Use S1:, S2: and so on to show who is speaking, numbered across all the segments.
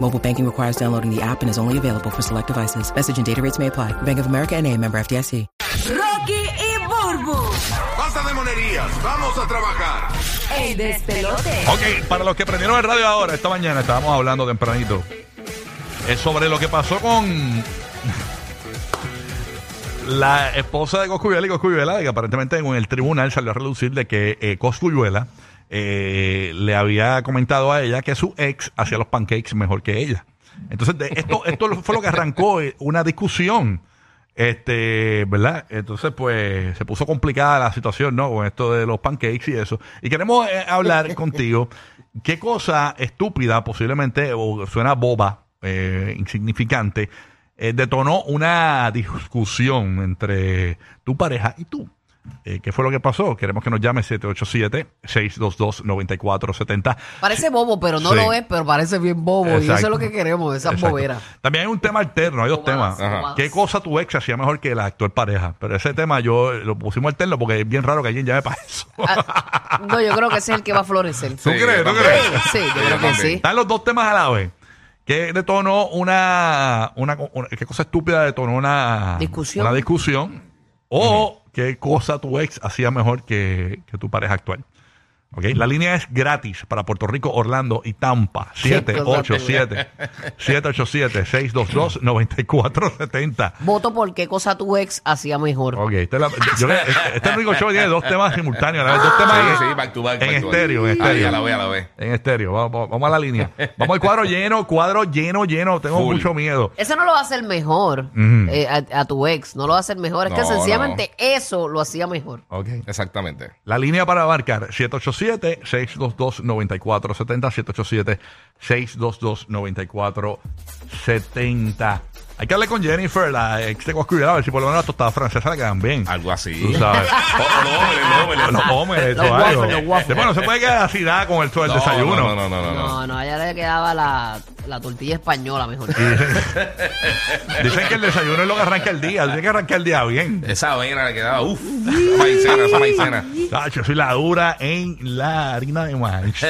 S1: Mobile banking requires downloading the app and is only available for select devices. Message and data rates may apply. Bank of America and a member FDIC.
S2: Rocky y Burbu,
S3: Basta de monerías, vamos a trabajar.
S2: el despelote.
S4: Ok, para los que prendieron el radio ahora, esta mañana estábamos hablando tempranito eh, sobre lo que pasó con la esposa de Coscuyuela y Coscuyuela, que aparentemente en el tribunal salió a relucir de que eh, Coscuyuela eh, le había comentado a ella que su ex hacía los pancakes mejor que ella. Entonces, de- esto, esto fue lo que arrancó eh, una discusión. Este, ¿verdad? Entonces, pues, se puso complicada la situación, ¿no? Con esto de los pancakes y eso. Y queremos eh, hablar contigo. ¿Qué cosa estúpida, posiblemente, o suena boba, eh, insignificante, eh, detonó una discusión entre tu pareja y tú? Eh, ¿Qué fue lo que pasó? Queremos que nos llame 787-622-9470.
S5: Parece bobo, pero no
S4: Sí.
S5: lo es, pero parece bien bobo. Y eso
S4: Exacto.
S5: es lo que queremos, esas
S4: Exacto.
S5: boberas.
S4: También hay un tema alterno, hay dos
S5: Bobadas,
S4: temas.
S5: bobadas.
S4: ¿Qué cosa tu ex hacía mejor que la actual pareja? Pero ese tema yo lo pusimos alterno porque es bien raro que alguien llame para eso.
S5: Ah, no, yo creo que ese es el que va a florecer.
S4: ¿Tú crees? ¿Tú
S3: también.
S4: crees?
S5: Sí, yo creo que sí.
S4: Están los dos temas a la vez. ¿Qué detonó una, una, una- qué cosa estúpida detonó una
S5: Discusión.
S4: Una discusión. O qué cosa tu ex hacía mejor que, que tu pareja actual. ¿Ok? La línea es gratis para Puerto Rico, Orlando y Tampa. 787 787 622 9470.
S5: Voto por qué cosa tu ex hacía mejor.
S4: Ok, esta es la- yo le- este, este único show que tiene dos temas simultáneos. a la vez, dos temas
S3: Sí,
S4: en-
S3: sí, back to back. back
S4: en
S3: to back.
S4: estéreo. En
S3: Ahí,
S4: estéreo.
S3: a la vez, a la vez.
S4: En estéreo, vamos, vamos a la línea. Vamos al cuadro lleno, cuadro lleno, lleno. Tengo
S3: Full.
S4: mucho miedo.
S5: Eso no lo va a hacer mejor eh, a, a tu ex, no lo va a hacer mejor. Es que
S3: No,
S5: sencillamente eso lo hacía mejor.
S4: Ok.
S3: Exactamente.
S4: La línea para abarcar, 787-622-9470, 787-622-9470. Hay que hablar con Jennifer, la ex de Coscuridad, a ver si por lo menos las tostadas francesas le quedan bien.
S3: Algo así.
S4: Tú sabes.
S3: O- o los hombres, los hombres.
S4: Los hombres,
S5: Los
S4: o algo.
S5: waffles, los waffles.
S4: Bueno, se puede quedar así nada con el, todo el
S3: No,
S4: desayuno.
S3: No, no, no, no, no.
S5: No, no, a ella le quedaba la, la tortilla española mejor.
S4: Dicen que el desayuno es lo que arranca el día, tiene que arrancar el día bien.
S3: Esa avena le quedaba, uff, esa maicena, esa maicena.
S4: Ah, yo soy la dura en la harina de maíz.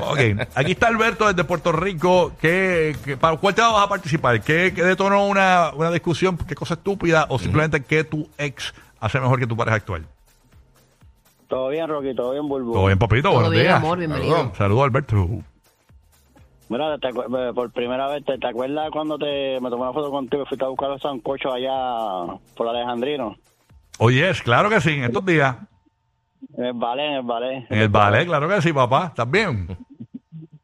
S4: ok, aquí está Alberto desde Puerto Rico. ¿Qué, qué- para cuál te vas a participar? ¿Qué, qué detonó una, una discusión? ¿Qué cosa estúpida? ¿O simplemente qué tu ex hace mejor que tu pareja actual?
S6: Todo bien, Rocky, todo bien, Bulbu.
S4: Todo bien, papito.
S5: Todo
S4: buenos
S5: bien,
S4: días.
S5: amor, bienvenido.
S4: Saludos, Saludos, Alberto.
S6: Mira, te acu- eh, por primera vez, ¿te, te acuerdas cuando te, me tomé una foto contigo y fuiste a buscar los sancochos allá por Alejandrino?
S4: Oye, es claro que sí, en estos días.
S6: En el ballet, en el ballet.
S4: En el ballet, claro que sí, papá. ¿Estás bien?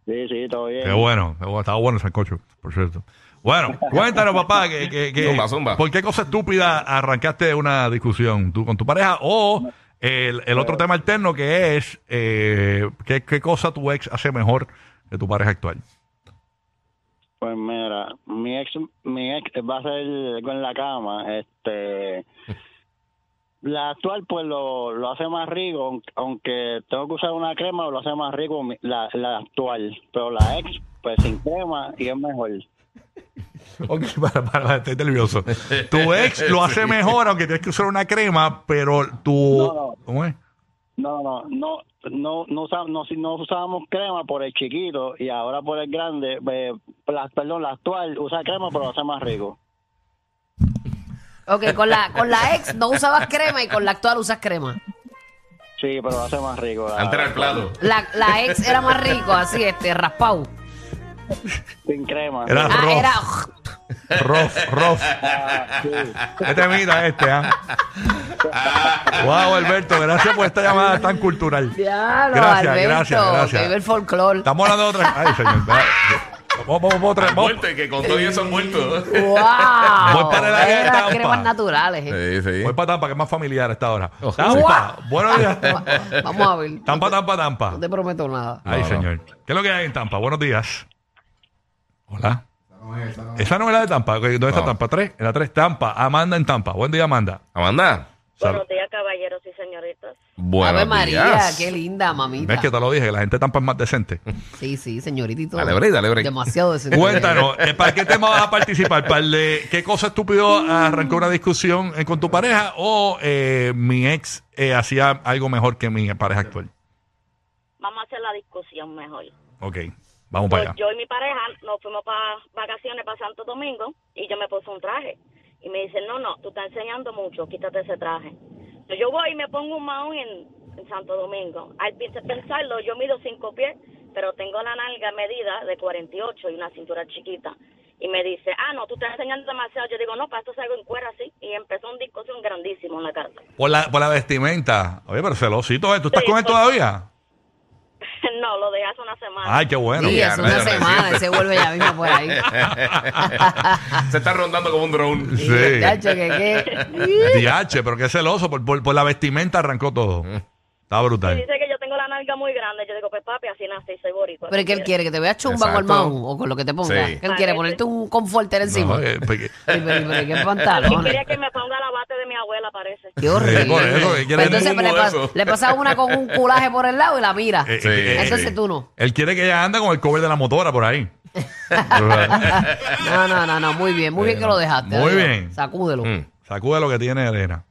S6: Sí, sí, todo bien.
S4: Qué bueno, qué bueno, estaba bueno el sancocho, por cierto. Bueno, cuéntanos, papá, que, que- que-
S3: Zumba, zumba.
S4: ¿por qué cosa estúpida arrancaste una discusión tú con tu pareja? O el, el otro tema alterno que es, eh, ¿qué, qué cosa tu ex hace mejor que tu pareja actual?
S6: Pues mira, mi ex, mi ex va a ser con la cama, este... La actual pues lo, lo hace más rico, aunque- aunque tengo que usar una crema, lo hace más rico mi- la, la actual. Pero la ex, pues sin crema y es mejor.
S4: Ok, para, para, para, estoy nervioso. Tu ex lo hace mejor, aunque tienes que usar una crema, pero tu...
S6: No, no.
S4: ¿Cómo es?
S6: No, no, no, no, no, usa- no, si no usábamos crema por el chiquito y ahora por el grande, eh, la- perdón, la actual usa crema pero lo hace más rico.
S5: ok, con la, con la ex no usabas crema y con la actual usas crema.
S6: Sí, pero lo hace más rico. la-
S3: Antes era el plato.
S5: La, la ex era más rico, así, este, raspado.
S6: Sin crema.
S4: Era
S5: Ah,
S4: rojo.
S5: era.
S4: Rof, rof.
S6: Ah,
S4: Este mira este, ¿ah? wow, Alberto, gracias por esta llamada tan cultural.
S5: Ya, lo
S4: gracias,
S5: Alberto,
S4: gracias, gracias.
S5: que vive el folclore.
S4: Estamos hablando de otra. Ay, señor. va. Vamos, vamos, vamos, otra-
S3: Tan
S4: vamos.
S3: Muerte, que con todo y eso han muerto.
S5: ¡Wow!
S4: Voy para el área de
S5: Era las
S4: Tampa.
S5: cremas naturales. eh.
S3: Sí, sí.
S4: Voy para Tampa, que es más familiar a esta hora.
S7: Oh, sí.
S4: Tampa, buenos días.
S5: Va- eh. Vamos a ver.
S4: Tampa,
S5: No
S4: Tampa,
S5: te-
S4: Tampa.
S5: No te prometo nada.
S4: Ay,
S7: No, no.
S4: señor. ¿Qué es lo que hay en Tampa? Buenos días. Hola. Esa no es la de Tampa. Ok, ¿Dónde está
S3: No.
S4: Tampa? ¿Tres? En la tres. Tampa. Amanda en Tampa. Buen día, Amanda.
S3: Amanda.
S4: Sal-
S8: Buenos días, caballeros y señoritas.
S3: Buenos
S5: Ave María,
S3: días.
S5: qué linda, mamita.
S4: Ves que te lo dije, que la gente de Tampa es más decente.
S5: Sí, sí, señorita y todo.
S3: Dale break, dale break.
S5: Demasiado decente.
S4: Cuéntanos, ¿eh, ¿para qué tema vas a participar? ¿Para el de qué cosa estúpido arrancó una discusión eh, con tu pareja o eh, mi ex eh, hacía algo mejor que mi pareja actual?
S8: Vamos a hacer la discusión mejor.
S4: Ok, vamos
S8: Pues
S4: para allá.
S8: yo y mi pareja nos fuimos para vacaciones para Santo Domingo y yo me puse un traje. Y me dicen, no, no, tú estás enseñando mucho, quítate ese traje. Entonces yo voy y me pongo un maón en, en Santo Domingo. Al pens- pensarlo, yo mido cinco pies, pero tengo la nalga medida de 48 y una cintura chiquita. Y me dice, ah, no, tú estás enseñando demasiado. Yo digo, no, para esto salgo en cuero así. Y empezó un discusión grandísimo en la casa.
S4: Por la, por la vestimenta. Oye, pero celosito, ¿eh? ¿tú estás
S8: Sí,
S4: con él
S8: por-
S4: todavía?
S8: no, lo dejé hace una semana.
S4: Ay, qué bueno.
S5: Sí,
S3: Ya,
S5: es una
S3: rayos,
S5: semana,
S3: reciente.
S5: él se vuelve ya mismo por ahí.
S3: Se está rondando como un drone.
S4: Sí.
S5: Ya, che, que- que-
S4: DH, pero qué celoso, por, por, por la vestimenta arrancó todo. Está
S8: Y
S4: brutal.
S8: dice que yo tengo la nalga muy grande. Yo digo, pues papi, así nací, soy boricua.
S5: Pero es que él quiere que te veas chumba con el
S3: Exacto.
S5: maón o con lo que te pongas.
S3: Sí.
S5: Que Él quiere ponerte un conforter encima.
S4: No, eh, porque-
S5: Ay, pero- pero qué
S8: Y
S5: pantalones.
S8: quería que me ponga la bata de mi abuela, parece.
S5: Qué horrible.
S4: Sí, por eso, que
S5: Pero
S4: quiere
S5: entonces
S3: el
S5: pero le,
S3: mundo
S5: pas-
S3: eso.
S5: le pasa una con un culaje por el lado y la mira.
S4: eh,
S3: Sí.
S4: eh,
S5: Eso
S4: eh,
S5: es tú no.
S4: Él quiere que ella anda con el cover de la motora por ahí.
S5: No, no, no, no. Muy bien, muy bien que lo dejaste.
S4: Muy
S5: adiós.
S4: bien.
S5: Sacúdelo.
S4: Sacude lo que tiene Elena.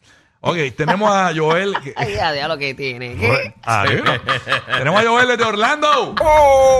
S4: Ok, tenemos a Joel. que-
S5: Ay, ya, ya lo que tiene. ¿Qué?
S4: Re- Ah, ¿sí? Tenemos a Joel desde Orlando.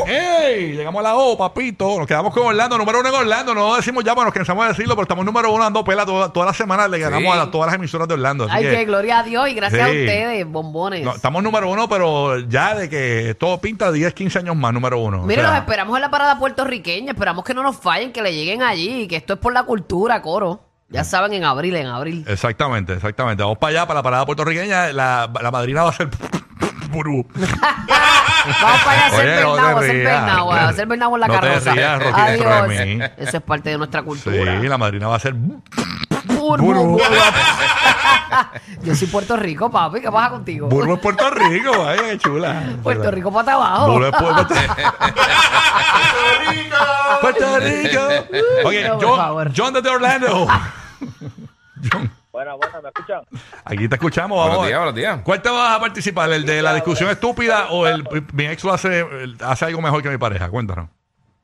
S4: ¡Ey! Llegamos a la O, papito. Nos quedamos con Orlando, número uno en Orlando. No decimos ya, pero nos cansamos de decirlo, pero estamos número uno dando pela toda- todas las semanas. Le ganamos
S3: Sí.
S4: a la- todas las emisoras de Orlando. Así
S5: Ay,
S4: que-
S5: que gloria a Dios y gracias
S4: Sí.
S5: a ustedes, bombones.
S4: No, estamos número uno, pero ya de que todo pinta 10, 15 años más, número uno. O
S5: Mire,
S4: sea,
S5: los esperamos en la parada puertorriqueña. Esperamos que no nos fallen, que le lleguen allí. y Que esto es por la cultura, coro. Ya
S4: Mm.
S5: saben, en abril, en abril.
S4: Exactamente, exactamente. Vamos para allá, para la parada puertorriqueña. La, la madrina va a ser. Burú.
S5: Vamos para allá a hacer
S4: Oye, no te
S5: Bernau, a hacer
S4: rías.
S5: Bernau, a hacer Bernau en la
S4: No te
S5: carroza.
S4: rías, Rocky,
S5: Adiós.
S4: dentro de mí.
S5: Eso es parte de nuestra
S4: Sí,
S5: cultura.
S4: la madrina va a ser.
S5: Burbu,
S4: Burbu.
S5: burbu. Yo soy Puerto Rico, papi. ¿Qué pasa contigo?
S4: Burro es Puerto Rico, ay, qué chula.
S5: Puerto Rico para abajo.
S4: Burro es Puerto Puerto Rico. Oye,
S5: No, por
S4: John,
S5: favor.
S4: John desde Orlando. John,
S6: Buena, buena, ¿me escuchan?
S4: aquí te escuchamos.
S3: Buenos
S4: vamos.
S3: días, buenos días.
S4: ¿Cuál te vas a participar? ¿El de la discusión estúpida o el mi ex lo hace, el- hace algo mejor que mi pareja? Cuéntanos.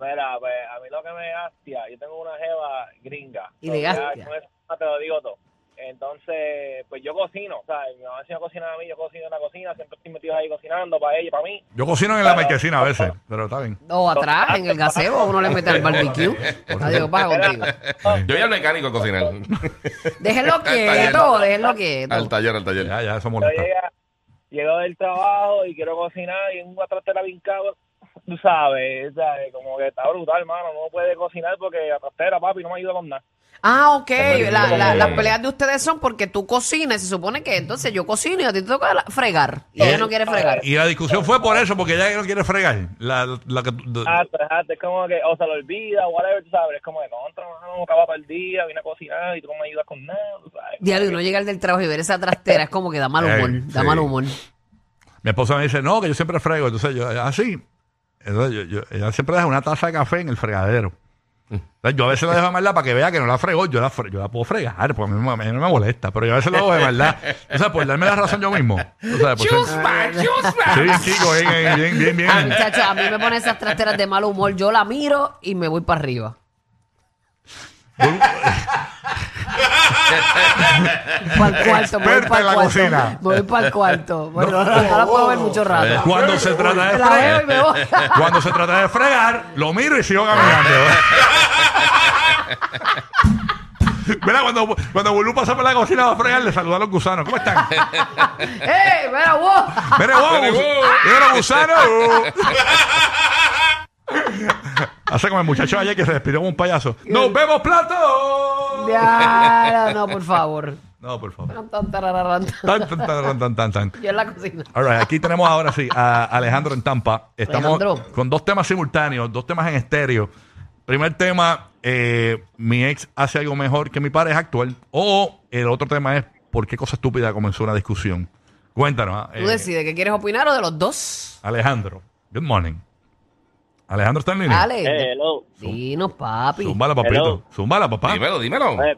S6: Mira, pues a mí lo que me hastia, yo tengo una jeva gringa.
S5: Y le
S6: Ya
S5: hastia.
S6: con eso te lo digo todo. Entonces, pues yo cocino, ¿sabes? Mi mamá enseñó a cocinar a mí, yo cocino en la cocina, siempre estoy metido ahí cocinando para ella y para mí.
S4: Yo cocino en la marquesina a veces, pero está bien.
S5: O atrás, en el gazebo, uno le mete al barbecue. Adiós, pasa contigo.
S3: Yo voy al mecánico a cocinar.
S5: Déjenlo
S3: bien.
S5: quieto, déjenlo quieto.
S3: al taller, al taller.
S4: Ya, ya, eso
S6: Yo
S4: molesta.
S6: llega, llego del trabajo y quiero cocinar y en un atrastera vincado, tú sabes, ¿sabes? Como que está brutal, hermano, no puede cocinar porque atrastera, papi, no me ayuda con nada.
S5: Ah, ok. La- la-
S4: Eh.
S5: las peleas de ustedes son porque tú cocinas. y Se supone que entonces yo cocino y a ti te toca la- fregar. Y ella no quiere fregar.
S4: Eh. Y la discusión fue por eso, porque ella no quiere fregar. La, la que-
S6: Ah, pues, ah, es como que o se lo olvida, whatever, tú sabes, es como que contra, mano, acaba para el día, vine a cocinar y tú no me ayudas con nada, tú sabes.
S5: Diario, y no llegar del trabajo y ver esa trastera es como que da mal humor.
S4: Ey,
S5: da
S4: Eh, sí.
S5: mal humor.
S4: Mi esposa me dice, no, que yo siempre frego. Entonces yo, así. Entonces yo, yo- ella siempre deja una taza de café en el fregadero. Entonces, yo a veces la dejo de maldad para que vea que no la fregó. Yo la, fre- yo la puedo fregar, pues a mí, no me- a mí no me molesta. Pero yo a veces lo hago de maldad. O sea, por darme la razón yo mismo. O sea, por ser- Pues, eh, Sí, bien chico, bien, bien, bien, bien.
S5: Ah, Muchachos, a mí me ponen esas trasteras de mal humor. Yo la miro y me voy para arriba. Para el cuarto, me voy
S4: Experta en
S5: para
S4: la
S5: el cuarto.
S4: cocina. Eh,
S5: Me voy para el cuarto. Bueno, no, no la puedo ver mucho rato.
S4: Cuando se trata de
S5: La veo y
S4: fregar,
S5: me voy.
S4: cuando se trata de fregar, lo miro y sigo caminando. Mira, cuando, cuando Bulú pasa por la cocina va a fregar, le saluda a los gusanos. ¿Cómo están?
S5: ¡Ey! ¡Mira vos!
S4: Mire vos,
S3: Mire vos.
S4: mire los gusanos. Hace como el muchacho ayer que se despidió como un payaso. ¡Nos vemos, plato!
S5: Ya, no, por favor.
S4: No, por favor.
S5: Tan, tarararán, tan.
S4: Tan, tan, tan, tan, tan, tan.
S5: Yo en la cocina.
S4: All right, aquí tenemos ahora sí a Alejandro en Tampa. Estamos
S5: Alejandro.
S4: con dos temas simultáneos, dos temas en estéreo. Primer tema, eh, mi ex hace algo mejor que mi pareja actual. O el otro tema es por qué cosa estúpida comenzó una discusión. Cuéntanos. ah,
S5: Tú
S4: eh,
S5: decides que quieres opinar o de los dos.
S4: Alejandro, good morning. Alejandro está en línea.
S5: Ale.
S6: Eh, hello.
S5: Dinos, papi.
S4: Zúmbala, papito.
S6: Hello.
S4: Zúmbala, papá.
S3: Dímelo, dímelo.
S6: Eh,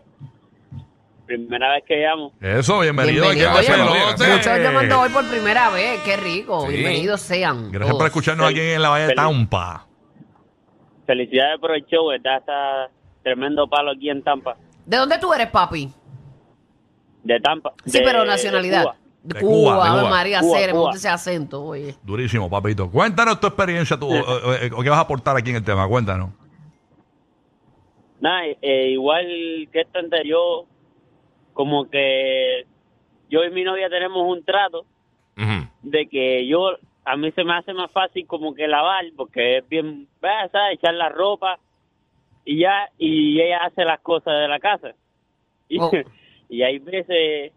S6: primera vez que llamo.
S4: Eso, bienvenido.
S5: Bienvenido.
S3: Oye,
S4: aquí a Pelote.
S3: muchas
S5: Muchos llamando hoy por primera vez. Qué rico.
S3: Sí.
S5: Bienvenidos sean.
S4: Gracias por
S5: todos.
S4: escucharnos aquí en la Valle de
S6: Feliz.
S4: Tampa.
S6: Felicidades por el show, está hasta tremendo palo aquí en Tampa.
S5: ¿De dónde tú eres, papi?
S6: De Tampa.
S5: Sí,
S6: de-
S5: pero
S6: de
S5: nacionalidad.
S6: Cuba.
S5: De
S4: De
S5: Cuba,
S4: Cuba, de
S5: Ave
S4: Cuba.
S5: María,
S6: Cuba,
S5: Cere, me
S6: Cuba.
S5: gusta ese acento, oye.
S4: Durísimo, papito. Cuéntanos tu experiencia, tú, o- o- o qué vas a aportar aquí en el tema. Cuéntanos.
S6: Nada, eh, igual que este anterior, como que yo y mi novia tenemos un trato
S3: Ujú.
S6: de que yo, a mí se me hace más fácil como que lavar, porque es bien, ah, ¿sabes? Echar la ropa y ya, y ella hace las cosas de la casa. Y,
S5: Oh.
S6: y hay veces,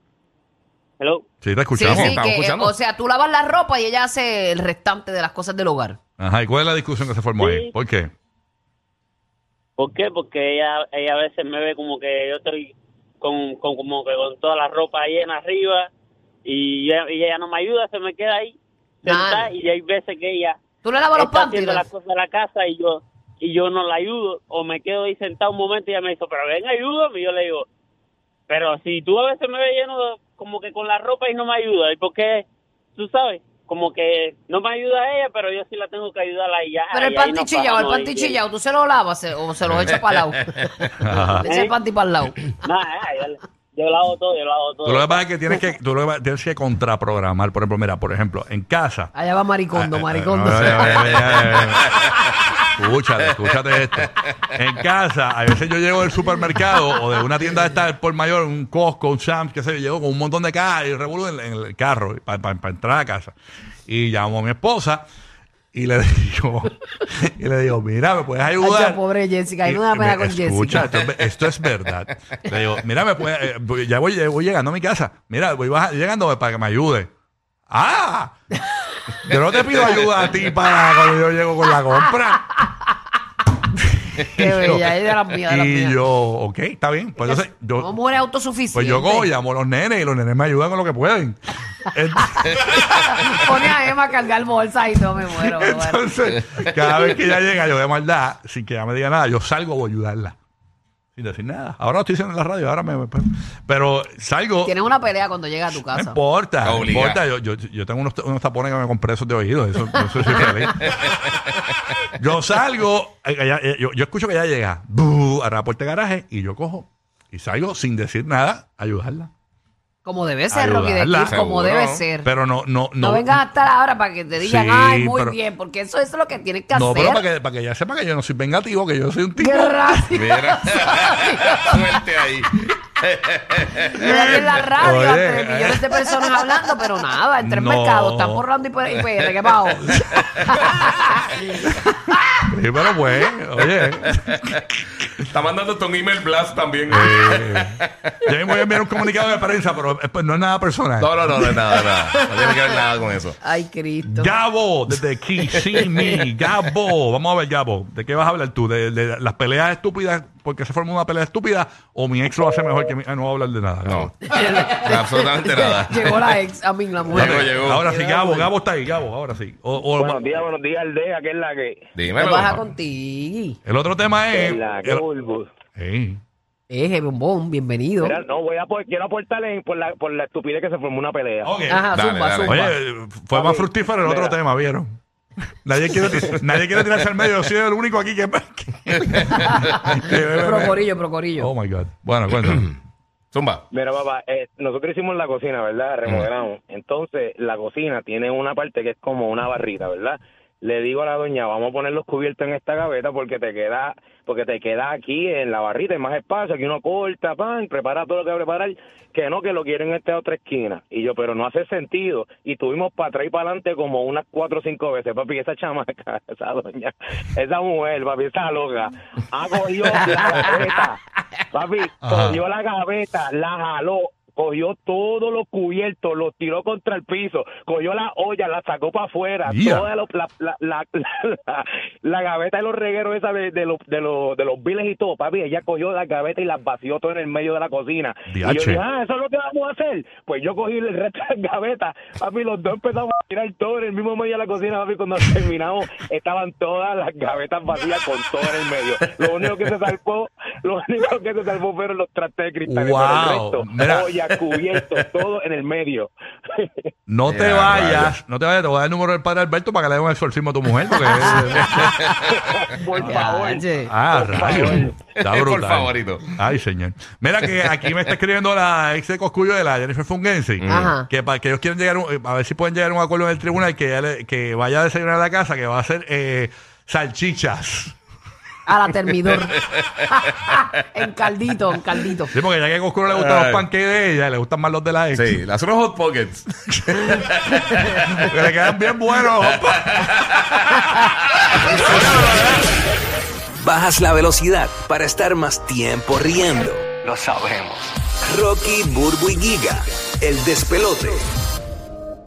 S6: hello,
S4: Sí, te
S5: Sí,
S4: escuchamos.
S5: sí,
S3: estamos
S5: que, eh,
S3: escuchando.
S5: o sea, tú lavas la ropa y ella hace el restante de las cosas del hogar.
S4: Ajá, ¿y cuál es la discusión que se formó ahí?
S6: Sí.
S4: ¿Por qué?
S6: ¿Por qué? Porque ella, ella a veces me ve como que yo estoy con, con- como que con toda la ropa llena arriba y ella, y ella no me ayuda, se me queda ahí sentada
S5: Claro.
S6: y hay veces que ella
S5: Tú le lavas los
S6: está
S5: panties. pues.
S6: haciendo las cosas de la casa y yo y yo no la ayudo o me quedo ahí sentado un momento y ella me dice, pero ven, ayúdame. Y yo le digo, pero si tú a veces me ves lleno de- como que con la ropa y no me ayuda, ¿y por qué? Tú sabes, como que no me ayuda a ella, pero yo sí la tengo que ayudar a ella.
S5: Pero el
S6: Y ahí nos
S5: panty chillado, el
S6: bajamos
S5: panty
S6: ahí.
S5: chillado, tú se lo lavas se- o se lo echas para el lado. Le echas
S6: ¿Eh?
S5: el panty para el lado.
S6: Nah, nah, yo, yo lo hago todo, yo lo hago todo.
S4: Tú lo que pasa es que tienes que, tú lo que pasa- tienes que contraprogramar. Por ejemplo, mira, por ejemplo, en casa.
S5: Allá va
S4: Ah,
S5: maricondo, maricondo.
S4: No, no, no, no, no, no. Escúchate, escúchate esto. En casa, a veces yo llego del supermercado o de una tienda de estar por mayor, un Costco, un Sam's, qué sé yo, llego con un montón de cajas y revuelo en, en el carro para entrar a casa. Y llamo a mi esposa y le digo, y le digo, mira, ¿me puedes
S5: Ay,
S4: ayudar?
S5: yo, pobre Jessica, a mí me da
S4: Y-
S5: pena
S4: ah, Eh, me-
S5: con
S4: escucha,
S5: Jessica.
S4: Esto, es- esto es verdad. Le digo, mira, me puede- eh, voy- ya voy, ya voy llegando a mi casa. Mira, voy baja- llegando para que me ayude. ¡Ah! Yo no te pido ayuda a ti para cuando yo llego con la compra.
S5: Qué bella, eh, es de las mías, de las
S4: Y
S5: mías.
S4: yo, ok, está bien. Pues entonces,
S5: No
S4: yo,
S5: mujeres autosuficientes.
S4: pues yo cojo, llamo a los nenes y los nenes me ayudan con lo que pueden. Entonces,
S5: Pone a Emma a cargar bolsas y todo, me muero. me muero.
S4: entonces, cada vez que ella llega, yo de maldad, sin que ella me diga nada, yo salgo voy a ayudarla. Sin decir nada. Ahora no estoy diciendo en la radio, ahora me. me- Pero salgo.
S5: Tienes una pelea cuando llega a tu
S4: No
S5: casa.
S4: importa, no
S3: Obligado.
S4: importa. Yo, yo, yo tengo unos, unos tapones que me compré esos de oído. Eso, eso soy feliz. yo salgo, eh, ella- eh, yo, yo escucho que ella llega bu, a la puerta de garaje y yo cojo y salgo sin decir nada a ayudarla.
S5: Como debe ser, Rocky de
S4: Ayudarla,
S5: Kiss, como
S3: seguro.
S5: debe ser.
S4: Pero no, no,
S5: no,
S4: no.
S5: vengas hasta la hora para que te digan,
S4: Sí,
S5: ay, muy
S4: pero-
S5: bien, porque eso, eso es lo que tienes que
S4: no,
S5: hacer.
S4: pero para que, para que ella sepa que yo no soy vengativo, que yo soy un tipo.
S5: Gracias.
S3: Mira. Suerte ahí.
S5: Mira, en la radio,
S4: Oye,
S5: entre millones de personas hablando, pero nada, entre
S4: No.
S5: mercados, están borrando y y PR, qué pavo.
S4: Sí, pero pues, oye.
S3: Está mandándote un email blast también.
S4: Yo me voy a enviar un comunicado de prensa, pero eh, pues, no es nada personal.
S3: No, no, no, no, nada, nada. No tiene que ver nada con eso.
S5: Ay, Cristo.
S4: Gabo, desde Kissimmee. Gabo, vamos a ver, Gabo. ¿De qué vas a hablar tú? ¿De, de las peleas estúpidas? ¿Porque se forma una pelea estúpida? ¿O mi ex lo hace mejor que mi.? Ah, no voy a hablar de nada.
S3: No. Absolutamente nada.
S5: Llegó la ex, a mí, la mujer.
S3: Llegó, llegó.
S4: Ahora sí, Gabo, Gabo está ahí, Gabo, ahora sí. O- o-
S7: Buenos días, buenos días, Aldea, que es la que...
S5: ¿Qué
S3: Dímelo.
S5: pasa contigo?
S4: El otro tema
S7: que
S4: es.
S7: es la que
S4: Eh, el-
S7: bulbo.
S4: Sí.
S5: Eje, bombón, Eh, bienvenido.
S7: Mira, no, voy a, apor- quiero aportarle en- por la, por la estupidez que se formó una pelea.
S4: Ok.
S5: Ajá,
S3: Dale,
S5: zumba,
S3: dale.
S5: zumba.
S4: Oye, fue más fructífero el otro
S7: Mira.
S4: tema, ¿vieron? Nadie quiere, ti- nadie quiere tirarse al medio. Yo soy el único aquí que. que- que-
S5: procorillo, procorillo.
S4: oh my God. Bueno, cuéntame.
S3: Zumba.
S7: Mira, papá, eh, nosotros hicimos la cocina, ¿verdad? Remodelamos. Entonces, la cocina tiene una parte que es como una barrita, ¿verdad? le digo a la doña, vamos a poner los cubiertos en esta gaveta porque te queda, porque te queda aquí en la barrita, hay más espacio, aquí uno corta, pan, prepara todo lo que va a preparar, que no, que lo quieren en esta otra esquina. Y yo, pero no hace sentido. Y tuvimos para atrás y para adelante como unas cuatro o cinco veces, papi, esa chamaca, esa doña, esa mujer, papi, esa loca, ha cogido la gaveta, papi, cogió la gaveta, la jaló, cogió todos los cubiertos, los tiró contra el piso, cogió la olla, la sacó para afuera,
S4: Ya.
S7: toda lo- la, la, la, la, la- la gaveta de los regueros esa de, de los, de, los, de los biles y todo, papi, ella cogió la gaveta y las vació todo en el medio de la cocina. Y yo
S4: Diache.
S7: dije, ah, eso es lo que vamos a hacer. Pues yo cogí el resto de las gavetas, papi, los dos empezamos a tirar todo en el mismo medio de la cocina, papi, cuando terminamos estaban todas las gavetas vacías con todo en el medio. Lo único que se salvó, lo único que se salvó fueron los trastes de cristal, pero el
S4: Wow.
S7: resto,
S4: Mira.
S7: olla, cubierto, todo en el medio.
S4: No te
S3: Ya,
S4: vayas, no te vayas, te voy a dar el número del padre Alberto para que le dé un exorcismo a tu mujer. Porque,
S7: Por favor.
S5: Oye.
S4: ah, rayos.
S7: favor.
S4: Está
S3: Por
S4: brutal.
S3: favorito.
S4: Ay, señor. Mira que aquí me está escribiendo la ex de Coscuyo de la Jennifer Fungensi.
S5: Ajá.
S4: Que para que ellos quieren llegar, a un- eh, a ver si pueden llegar a un acuerdo en el tribunal que, ella le- que vaya a desayunar a la casa, que va a hacer eh, salchichas.
S5: A la termidor. en caldito, en caldito.
S4: Sí, porque ya que a Coscuyo le gustan
S3: Ay.
S4: los panques de ella, le gustan más los de la ex.
S3: Sí, las otras Hot Pockets.
S4: Porque le quedan bien buenos.
S9: Bajas la velocidad para estar más tiempo riendo. Lo sabemos. Rocky, Burbu y Giga, el despelote.